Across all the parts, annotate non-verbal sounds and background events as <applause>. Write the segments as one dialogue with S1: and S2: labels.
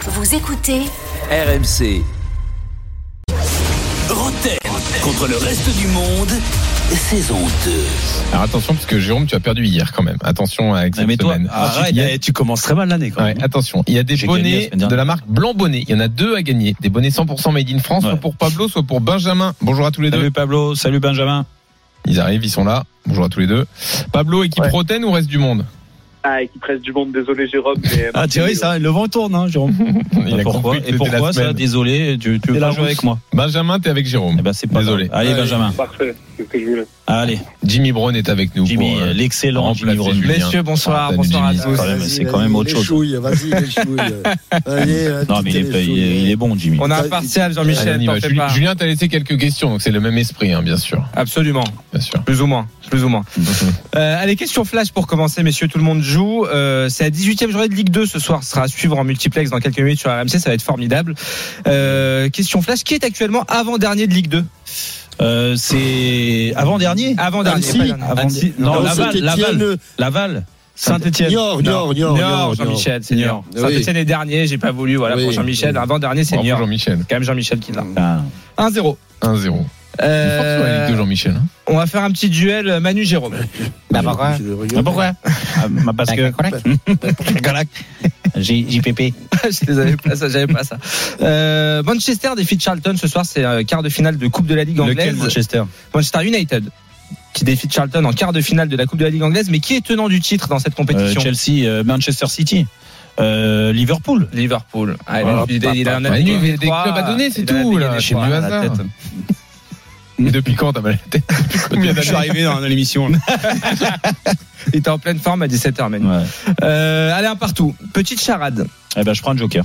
S1: Vous écoutez
S2: RMC.
S3: Roten contre le reste du monde, saison 2.
S4: Alors attention, parce que Jérôme, tu as perdu hier quand même. Attention avec cette
S5: Ah, mais toi,
S4: semaine.
S5: arrête,
S4: Il y a-
S5: eh, tu commences très mal l'année quand
S4: Ouais,
S5: même.
S4: attention, il y a des
S5: J'ai gagné la
S4: bonnets
S5: semaine dernière.
S4: de la marque Blanc Bonnet. Il y en a deux à gagner. Des bonnets 100% made in France, soit
S5: Ouais.
S4: pour Pablo, soit pour Benjamin. Bonjour à tous les deux.
S5: Salut Pablo, salut Benjamin.
S4: Ils arrivent, ils sont là. Bonjour à tous les deux. Pablo, équipe
S6: Ouais.
S4: Roten ou reste du monde
S6: Ah, équipe reste du monde, désolé Jérôme. Mais euh,
S5: Ah Thierry, ça, le vent tourne, hein, Jérôme.
S4: Il a
S5: pourquoi
S4: compris que c'était
S5: et
S4: la
S5: pourquoi ça
S4: semaine.
S5: Désolé, tu, tu veux
S6: C'est
S5: pas
S6: la
S5: jouer avec
S6: route.
S5: moi
S4: Benjamin, t'es avec Jérôme.
S5: Eh ben c'est pas
S4: Désolé.
S5: grave. Allez
S4: Ouais.
S5: Benjamin,
S6: Parfait, c'est ce que je voulais.
S5: allez.
S4: Jimmy Brown est avec nous.
S5: ben, Jimmy,
S4: pour, euh,
S5: l'excellent
S4: remplacer
S5: Jimmy Brown.
S4: Julien.
S7: Messieurs, bonsoir,
S4: Salut,
S7: bonsoir à
S4: Jimmy.
S7: tous.
S5: Quand même,
S8: Vas-y,
S5: c'est
S8: vas-y,
S5: quand même autre
S8: les
S5: chose.
S8: chouilles, vas-y, les chouilles.
S5: <laughs>
S8: Allez, euh,
S5: Non mais il
S8: toutes les
S5: est, il
S8: chouilles.
S5: est, il est bon Jimmy.
S7: On a un partiel,
S4: Allez,
S7: Jean-Michel,
S4: on y va.
S7: t'en fais
S4: Jul-
S7: pas.
S4: Julien, t'as laissé quelques questions, donc c'est le même esprit, hein, bien sûr.
S7: Absolument,
S4: Bien sûr.
S7: plus ou moins, plus ou moins. Euh, allez, question flash pour commencer, messieurs, tout le monde joue. Euh, c'est la 18e journée de Ligue 2 ce soir, ce sera à suivre en multiplex dans quelques minutes sur RMC, ça va être formidable. Euh, question flash, qui est actuellement avant-dernier de Ligue 2
S5: Euh, c'est avant dernier.
S7: Avant-dernier,
S8: Annecy.
S7: pas dernier.
S5: Annecy.
S8: Non,
S5: Non, Laval,
S8: Saint-Étienne,
S5: Laval,
S8: euh,
S5: Laval, Saint-Étienne.
S8: Niort, Niort, Niort,
S7: Niort,
S8: Niort,
S7: Jean-Michel, c'est
S5: Niort.
S7: Niort.
S8: Oui.
S7: Saint-Etienne est dernier, j'ai pas voulu, voilà,
S8: Oui.
S7: pour Jean-Michel,
S8: Oui.
S7: avant-dernier, c'est
S4: Bravo,
S7: Niort.
S4: Jean-Michel.
S7: Quand même Jean-Michel qui l'a.
S5: Ah.
S7: 1-0.
S4: 1-0. Il est fort sur la
S7: Euh,
S4: Ligue 2, Jean-Michel. hein.
S7: on va faire un petit duel euh, Manu-Jérôme.
S8: Bah,
S7: pourquoi
S8: Je le regarde.
S5: Ah, pourquoi Ah, bah, Parce que
S8: <laughs>
S5: J'ai- euh, JPP.
S7: <laughs> je les avais pas ça, j'avais pas ça. Euh, Manchester défie Charlton ce soir, c'est euh, quart de finale de Coupe de la Ligue anglaise.
S5: Lequel Manchester
S7: Manchester United qui défie Charlton en quart de finale de la Coupe de la Ligue anglaise, mais qui est tenant du titre dans cette
S5: Euh,
S7: compétition
S5: Chelsea, euh, Manchester City, Euh, Liverpool.
S7: Liverpool. Ah, il,
S5: Oh,
S7: a- il a- il a un
S4: Ah,
S7: avis
S4: il y a
S7: des
S4: des
S7: trois,
S4: clubs à donner, c'est
S7: il en a
S4: tout,
S7: payé
S4: là,
S7: des
S4: c'est
S7: trois
S4: du
S7: à la
S4: hasard.
S7: tête.
S4: Mais depuis quand t'as mal à la
S5: <laughs>
S4: tête Depuis Combien d'années
S5: arrivé dans l'émission.
S4: <laughs>
S7: Il était en pleine forme à 17h, Manu.
S5: Ouais.
S7: Euh, allez, un partout. Petite charade.
S5: Eh ben, je prends un Joker.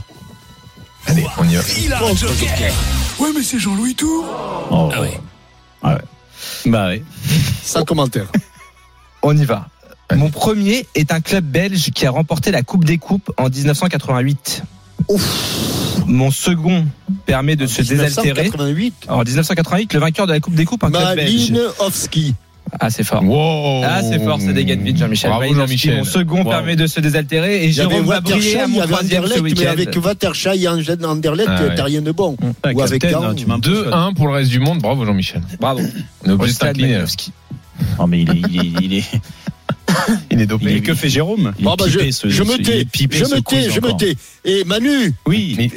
S4: Allez, on y va.
S3: Il a un joker. Ouais, mais c'est Jean-Louis Tour.
S5: Oh.
S3: Ah ouais.
S5: Ah ouais. Bah ouais.
S8: Sans commentaire.
S7: On y va.
S4: Allez.
S7: Mon premier est un club belge qui a remporté la Coupe des Coupes en 1988. Mon second permet de se désaltérer.
S8: 1988,
S7: En 1988, le vainqueur de la Coupe des Coupes, un club belge.
S8: Malinovski.
S7: Ah, c'est fort.
S4: Wow.
S7: Ah, c'est fort, c'est des gains de vite, Jean-Michel.
S4: Oh. Bravo,
S7: Malinowski,
S4: Jean-Michel.
S7: Mon second
S4: Wow.
S7: permet de se désaltérer et
S8: Il y avait
S7: Jérôme va briller
S8: Watershay,
S7: à
S8: il y
S7: mon
S8: avait
S7: troisième ce
S8: Anderlecht, mais
S7: week-end.
S8: avec Watershay et Anderlecht,
S4: Ah ouais.
S8: t'as rien de bon.
S5: Ah,
S8: Ou avec
S5: capitaine,
S8: Caen.
S5: tu m'impressionnes.
S4: 2-1 pour le reste du monde. Bravo, Jean-Michel.
S7: Bravo.
S4: On est
S7: Au
S4: obligé de
S7: stade
S4: t'incliner. là.
S7: Malinowski.
S5: Non, mais il est, il est, il est,
S4: Il est
S5: il est-
S4: dopé.
S5: que fait Jérôme Il est
S8: Bon, bah, je,
S5: pipé, ce-
S8: je
S5: ce-
S8: me
S5: il est
S8: tais,
S5: pipé,
S8: je
S5: ce
S8: me tais,
S5: quiz
S8: je me
S5: encore.
S8: tais. Et Manu,
S5: Oui.
S4: Mais-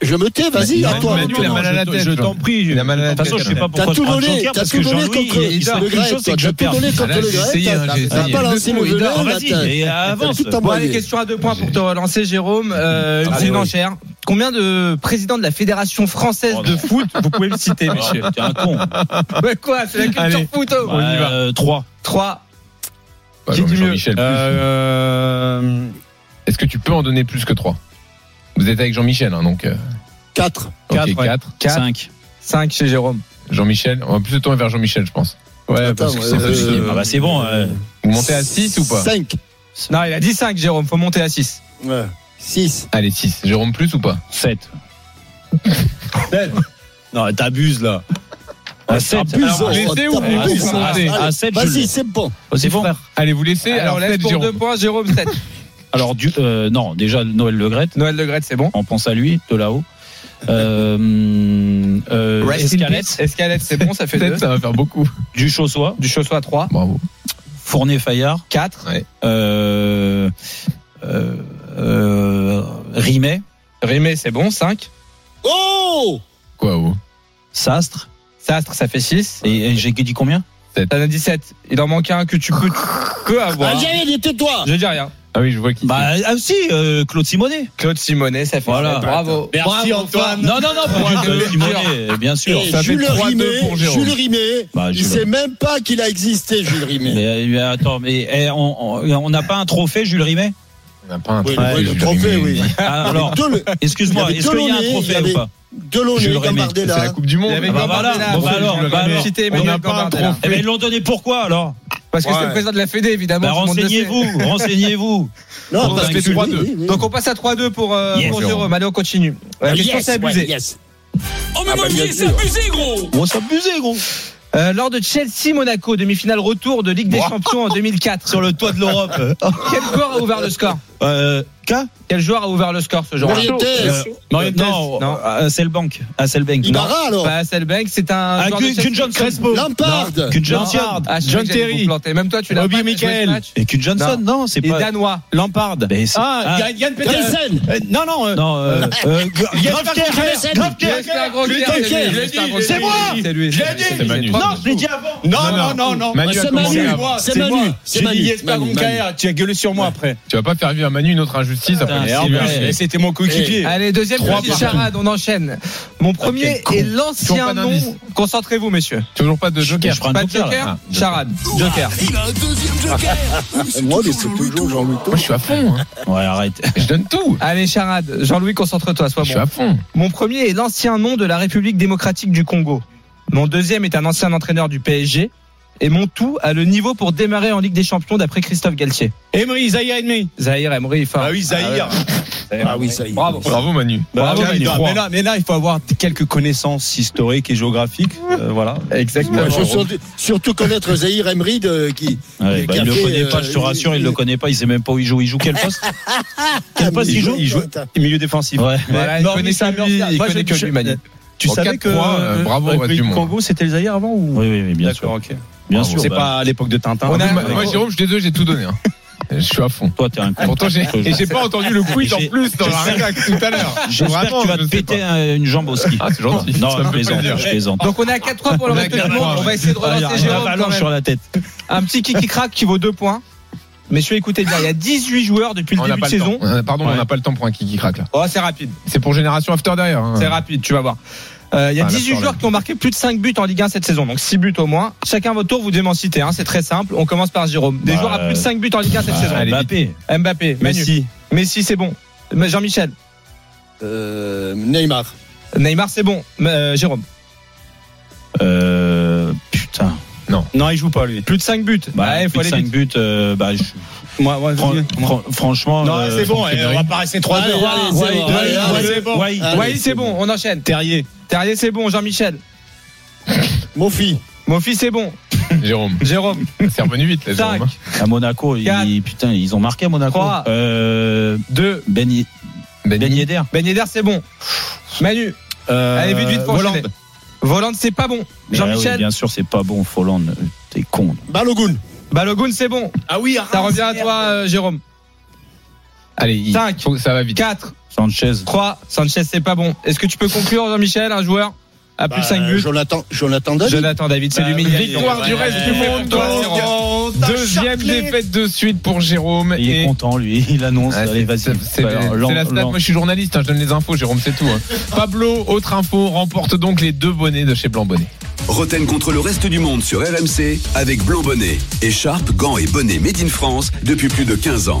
S8: je me tais, vas-y, à
S4: non,
S8: toi.
S4: Manu, il a
S8: maintenant.
S4: mal à la tête,
S5: Je t'en prie.
S4: Il a mal à la
S5: De toute façon,
S4: tête,
S5: je sais pas
S4: Jean-Michel.
S8: T'as
S5: pourquoi je
S8: tout
S5: prends le
S8: donné,
S5: Joker
S8: t'as
S5: parce
S8: tout
S5: que
S8: donné
S5: Jean-Louis,
S8: contre
S5: il- il sort
S8: le
S5: une chose,
S8: grec,
S5: c'est
S8: toi,
S5: que je
S8: t'as tout
S5: perds.
S8: donné
S4: Ah, là,
S8: contre le
S4: j'ai essayé, hein, j'ai
S8: grec, t'as
S4: essayé.
S8: pas lancé le
S7: Dessous, il
S8: velin,
S7: dort.
S8: là,
S5: Vas-y,
S8: t'as-
S5: et
S8: t'as
S5: avance.
S8: tout
S7: Bon, allez,
S8: envoyé.
S7: question à deux points pour te relancer, Jérôme. Euh,
S4: Ah,
S7: une
S4: oui.
S7: petite enchère. Combien de présidents de la Fédération française
S5: Oh, non.
S7: de foot vous pouvez me citer,
S5: Ah,
S7: monsieur
S5: T'es un con.
S7: Ouais, Quoi C'est la culture
S4: Allez.
S7: foot. oh. On y va.
S5: 3.
S7: 3.
S4: Bah,
S7: Qui dit mieux
S4: Jean-Michel, plus. Est-ce que tu peux en donner plus que 3 Vous êtes avec Jean-Michel, hein, donc. euh,
S8: Quatre.
S4: ok,
S7: Quatre, ouais.
S4: quatre.
S5: 5.
S7: 5 chez Jérôme.
S4: Jean-Michel, on va plus se tourner vers Jean-Michel, je pense. Ouais,
S8: Attends,
S4: parce que c'est
S8: euh,
S4: plus, euh,
S5: Ah bah c'est bon. euh,
S4: Vous montez à 6 ou pas
S8: 5.
S7: Non, il a dit 5, Jérôme. Faut monter à 6.
S8: 6.
S4: Allez, 6. Jérôme, plus ou pas
S5: 7. Non, t'abuses là.
S4: Ah,
S5: À 7.
S8: t'abuses,
S5: Alors,
S8: oh,
S4: laissez ou
S8: t'abuses,
S4: vous
S8: hein.
S4: montez
S8: Allez,
S5: À sept, je le-
S8: Vas-y, c'est bon.
S5: Oh, C'est bon.
S4: Allez, vous laissez.
S7: Alors,
S4: Alors,
S7: on laisse
S4: sept,
S7: pour 2
S4: Jérôme.
S7: points,
S5: <laughs>
S7: Jérôme 7.
S5: Alors, du, euh, non, déjà, Noël Le Gret,
S7: Noël Le Gret, c'est bon.
S5: on pense à lui, de là-haut. Euh, euh,
S7: Rest in
S5: Escalette,
S7: peace. Escalette, c'est bon,
S5: <laughs>
S7: ça fait 2.
S4: Peut-être, ça va faire beaucoup.
S5: du Chaussois,
S7: Du Chaussois 3.
S4: Bravo.
S5: Fournier-Fayard,
S7: 4.
S5: euh, euh, euh, Rimet,
S7: Rimé, c'est bon. 5.
S8: Oh
S4: Quoi, oh
S5: Sastre,
S7: Sastre, ça fait 6.
S5: et, et j'ai dit combien
S7: T'en as 17. Il en manque un que tu peux que avoir.
S8: Allez, tais-toi
S7: Je dis rien.
S4: Ah oui, je vois qui.
S5: Bah, ah si, euh, Claude Simonet.
S7: Claude Simonet, ça fait
S5: Voilà.
S7: sept. Bravo.
S8: Merci, Antoine.
S5: Non, non, non, pas du Claude Simonet, bien sûr.
S8: Et
S4: ça fait
S8: Jules
S4: 3-2
S8: Rimet,
S4: pour Jérôme.
S8: Jules Rimet,
S5: Bah,
S8: il
S5: Jules.
S8: sait même pas qu'il a existé, Jules Rimet.
S5: Mais, euh, mais attends, mais eh, on on- on n'a pas un trophée, Jules Rimet
S4: On n'a pas un
S8: Oui,
S4: truc,
S8: le
S4: Jules
S8: trophée,
S4: Rimet.
S8: oui.
S5: Ah, Alors,
S8: De-
S5: excuse-moi,
S8: Il y avait
S5: est-ce qu'il y a un
S8: Delaunay, il y
S5: trophée
S8: avait-
S5: ou pas Jules
S8: Delaunay,
S5: Rimet,
S4: C'est la
S8: Gambardella.
S4: Coupe du Monde.
S7: Il y avait
S4: Ah bah,
S5: Gambardella.
S4: voilà.
S5: Bon,
S4: Bon,
S5: bah
S4: Jules
S5: alors, bah
S4: Rimet.
S5: alors.
S7: Cité
S4: On
S7: Emmanuel
S4: n'a pas un
S7: Gambardella.
S4: trophée.
S5: Eh ben, ils l'ont donné pourquoi alors
S7: Parce que c'est le
S8: Ouais.
S7: président de la Fédé, évidemment.
S5: Bah,
S7: tout le monde le
S5: Renseignez-vous, renseignez-vous.
S8: Non,
S4: On
S8: parce
S4: a
S8: que
S4: fait 3-2.
S8: oui,
S7: sait.
S8: oui.
S7: Donc on passe à 3-2 pour, euh,
S5: Yes,
S7: pour
S5: Jérôme.
S7: Jérôme. Allez, on continue. Euh,
S8: Ah,
S7: question, c'est
S8: yes,
S7: abusé.
S8: ouais, yes.
S3: Oh, mais
S8: Ah, bah,
S3: moi,
S8: bien
S3: c'est
S8: sûr.
S3: abusé, gros.
S5: On s'abusait, gros.
S7: Euh, lors de Chelsea-Monaco, demi-finale retour de Ligue des Champions en 2004.
S5: Sur le toit de l'Europe.
S7: Quel corps a ouvert le score
S5: Euh, Quoi
S7: Quel joueur a ouvert le score ce jour-là
S8: Morientes.
S5: Euh, Mario- non,
S7: Non.
S5: euh, c'est le bank. À Selbank. Non.
S8: Ibarra alors
S7: Bah, Selbank, c'est un.
S5: Ah,
S7: joueur de
S5: Kun-
S7: Chelsea.
S5: Kun Johnson.
S8: Lampard
S5: Kun Johnson.
S1: Lampard.
S7: Ah, je savais
S1: John
S7: que j'allais
S1: Terry.
S7: vous planter. Même toi, tu l'as.
S1: Bobby
S7: pas joué ce
S1: Michael.
S7: match.
S5: Et Kun Johnson, non, c'est
S7: Les
S5: pas.
S7: Danois.
S1: Lampard.
S5: Ben, c'est-
S1: Ah, Yann- Yann Peter.
S8: Dreysen.
S1: Euh, Non, non. euh,
S5: Non, euh, euh,
S1: Grafker.
S8: Dreysen.
S1: Grafker.
S7: Jesper Grossier,
S1: Grafker.
S7: je l'ai dit,
S1: Grafker.
S7: Jesper Grossier.
S1: C'est moi.
S7: C'est lui,
S1: Je
S7: c'est
S1: l'ai
S7: lui,
S1: dit.
S7: c'est lui.
S1: Non, je l'ai dit avant. Non, non, non, non.
S8: Bah,
S4: Manu a
S8: C'est
S4: commencé
S8: Manu,
S4: avant.
S8: c'est Manu, c'est
S1: J'ai dit
S8: Manu.
S1: Jesper
S8: Manu, Manu.
S1: Goncalves, tu as gueulé sur moi après.
S4: Tu vas pas faire vivre à Manu une autre injustice après.
S5: Putain,
S4: les
S1: Et en
S4: Silver.
S1: plus, et C'était mon coéquipier.
S7: Allez, deuxième
S1: Trois
S7: petite
S1: partout.
S7: charade, on enchaîne. Mon premier est
S4: Toujours
S7: l'ancien
S4: pas
S7: nom.
S4: d'indice.
S7: Concentrez-vous, messieurs.
S4: Toujours pas de joker.
S5: je prends un
S7: Pas de
S5: joker, là.
S7: joker
S4: Ah, joker.
S7: Charade. Joker.
S3: Il a un deuxième joker.
S8: Moi, mais c'est toujours Jean-Louis
S4: Moi, je suis à fond.
S5: <laughs>
S4: hein.
S5: Ouais, arrête.
S4: Je donne tout.
S7: Allez, charade. Jean-Louis, concentre-toi, sois
S4: Je suis
S7: bon.
S4: à fond.
S7: Mon premier est l'ancien nom de la République démocratique du Congo. Mon deuxième est un ancien entraîneur du PSG. Et mon tout a le niveau pour démarrer en Ligue des Champions d'après Christophe Galtier.
S1: Emery, Zaya Emery.
S7: Zahir Emery, Ifar.
S1: Ah oui, Zahir.
S8: Ah oui, ça y est.
S7: Bravo.
S4: Bravo, Manu.
S7: Bravo,
S1: mais,
S7: Manu.
S1: là, mais, là, mais là, il faut avoir quelques connaissances historiques et géographiques. euh, voilà.
S7: Exactement.
S8: Ouais, faut surtout, surtout connaître Zahir Emery de- qui.
S5: Ouais, bah, il
S8: Café,
S5: le connaît pas,
S8: euh,
S5: je te rassure, il le connaît pas. Il sait même pas où il joue. Il joue quel poste
S8: Ah,
S1: poste
S8: mais
S1: il joue Il joue milieu défensif.
S5: Ouais.
S7: Voilà, il
S1: Normis,
S7: connaît que lui,
S1: Samersa.
S7: il
S1: Moi,
S7: connaît
S1: je-
S7: que
S1: je-
S7: lui, Manu.
S1: Tu
S4: En
S1: savais
S4: 4-3,
S1: que
S4: euh, bravo,
S1: le
S4: République du Monde.
S1: Congo, c'était les Zaïre avant ou
S5: Oui, oui, oui, bien sûr.
S1: D'accord, ok.
S5: Bien
S4: Bravo.
S5: sûr.
S1: C'est
S5: bah,
S1: pas à l'époque de Tintin.
S7: On a-
S4: Ah, Moi, moi, Jérôme, je suis désolé, j'ai tout donné. hein. Je suis à fond.
S5: Toi,
S4: <laughs>
S5: t'es un con.
S4: Pourtant, j'ai et j'ai pas entendu le quiz
S5: Et
S4: en
S5: j'ai-
S4: plus dans la
S5: j'espère-
S4: rédac tout à l'heure.
S5: J'espère que
S4: Vraiment,
S5: tu vas
S4: je
S5: te
S4: sais
S5: péter
S4: pas.
S5: un- une jambe au ski.
S4: Ah, c'est gentil.
S5: Non,
S4: Ça me
S5: je
S4: fait
S5: plaisante,
S4: plaisir.
S5: je plaisante.
S7: Donc on est à 4-3 pour le
S4: On est à
S7: reste du
S4: 4-3,
S7: monde. On va
S4: ouais.
S7: essayer de
S5: Ah, il y
S7: relancer
S5: a
S7: Jérôme.
S5: un
S7: quand
S5: avalanche
S7: même.
S5: sur la tête.
S7: Un petit kick qui craque qui vaut 2 points. Messieurs, écoutez bien, il y a 18 joueurs depuis le
S4: On n'a
S7: début de
S4: pas le temps.
S7: saison.
S4: Euh, Pardon, mais on
S5: Ouais.
S4: n'a pas le temps pour un qui qui craque là.
S7: Oh, c'est rapide,
S4: C'est pour Génération After derrière. hein.
S7: c'est rapide, tu vas voir. Euh, il y a
S4: Ah,
S7: 18
S4: d'accord,
S7: joueurs
S4: là.
S7: qui ont marqué plus de 5 buts en Ligue 1 cette saison, donc 6 buts au moins. Chacun votre tour, vous devez m'en citer, hein, c'est très simple. On commence par Jérôme. Des
S5: Bah,
S7: joueurs à plus de
S5: euh,
S7: 5 buts en Ligue 1 cette
S5: Ah,
S7: saison.
S5: Mbappé,
S7: Mbappé, Manu.
S5: Messi,
S7: Messi, c'est bon. Mais Jean-Michel,
S8: Euh, Neymar.
S7: Neymar, c'est bon. Mais, euh, Jérôme,
S5: euh, putain.
S1: Non, il joue pas lui.
S7: plus de 5 buts.
S5: Bah,
S7: Ouais, il faut
S5: plus de
S7: aller
S5: 5
S7: vite. Ah,
S5: buts, euh, bah, je-
S1: Moi, moi,
S5: fran- fran- franchement.
S1: Non,
S5: euh,
S1: c'est bon,
S5: Franck
S1: eh, on
S5: Ribéry.
S1: va pas rester hein, 3
S8: Allez,
S1: heures.
S8: allez, c'est bon, allez, allez.
S1: c'est bon.
S5: Ouais,
S8: Allez,
S7: Wai, c'est bon, on enchaîne.
S1: Terrier.
S7: Terrier, c'est bon. Jean-Michel,
S8: Mofi.
S7: Mofi, c'est bon.
S4: Jérôme,
S7: Jérôme,
S4: c'est revenu vite là,
S7: 5,
S4: Jérôme. hein.
S5: à Monaco, ils-
S7: Quatre.
S5: putain, ils ont marqué à Monaco.
S7: Trois.
S5: Euh,
S7: 2,
S5: ben, Ye-
S4: Ben,
S5: ben Yedder.
S7: Ben Yedder, c'est bon. Manu,
S1: Euh,
S7: allez vite, vite, pour
S1: Hollande.
S7: enchaîner. Volante, c'est pas bon.
S5: Mais ah oui,
S7: Jean-Michel,
S5: bien sûr, c'est pas bon, Folland. euh, T'es con.
S8: Balogun.
S7: Balogun, Bah, c'est bon.
S1: Ah oui,
S7: Ça revient à toi, euh, Jérôme.
S4: Allez, il
S7: Cinq.
S4: faut- ça va vite.
S7: 4,
S5: Sanchez.
S7: 3, Sanchez, c'est pas bon. Est-ce que tu peux conclure, Jean-Michel, un joueur à plus de 5
S8: Bah,
S7: buts
S8: Jonathan, Jonathan David.
S7: Jonathan David, c'est
S1: Bah,
S7: l'humiliation.
S4: Victoire du reste du
S1: Ouais,
S4: monde.
S1: ouais,
S4: Jérôme.
S1: ouais.
S4: Deuxième
S1: Charclay.
S4: défaite de suite pour Jérôme.
S5: Il est
S4: et-
S5: content, lui. <laughs> Il annonce.
S4: Ah,
S5: Allez,
S4: c'est-
S5: vas-y.
S4: c'est- C'est
S5: Alors,
S4: c'est
S5: Lan-
S4: la stat.
S5: Lan-
S4: Moi, je suis journaliste, hein, je donne les infos, Jérôme, c'est tout.
S5: <laughs>
S4: hein. Pablo, autre info, remporte donc les deux bonnets de chez Blanc Bonnet.
S2: Roten contre le reste du monde sur RMC avec Blanc Bonnet, écharpe, gants et bonnet made in France depuis plus de 15 ans.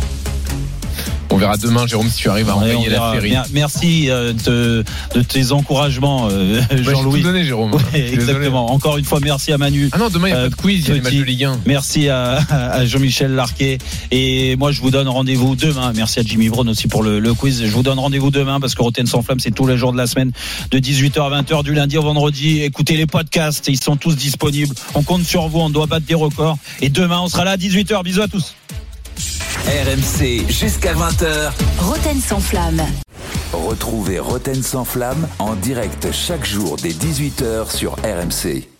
S4: On verra demain, Jérôme, si tu arrives à
S5: Ouais, on
S4: envoyer la
S5: verra.
S4: série.
S5: Mer- Merci euh, de, de tes encouragements, euh,
S4: Bah, j'ai tout
S5: Jean-Louis.
S4: donné, Jérôme.
S5: Ouais,
S4: Je suis désolé.
S5: <laughs> exactement. Encore une fois, merci à Manu.
S4: Ah non, demain, il n'y a
S5: Euh,
S4: pas de quiz, il y a les matchs
S5: petit.
S4: de Ligue 1.
S5: Merci à, à Jean-Michel Larquet. Et moi, je vous donne rendez-vous demain. Merci à Jimmy Brown aussi pour le, le quiz. Je vous donne rendez-vous demain parce que Roten sans flamme, c'est tous les jours de la semaine, de 18h à 20h, du lundi au vendredi. Écoutez les podcasts, ils sont tous disponibles. On compte sur vous, on doit battre des records. Et demain, on sera là à 18h. Bisous à tous.
S9: RMC jusqu'à 20h.
S10: Roten sans flamme.
S9: Retrouvez Roten sans flamme en direct chaque jour dès 18h sur RMC.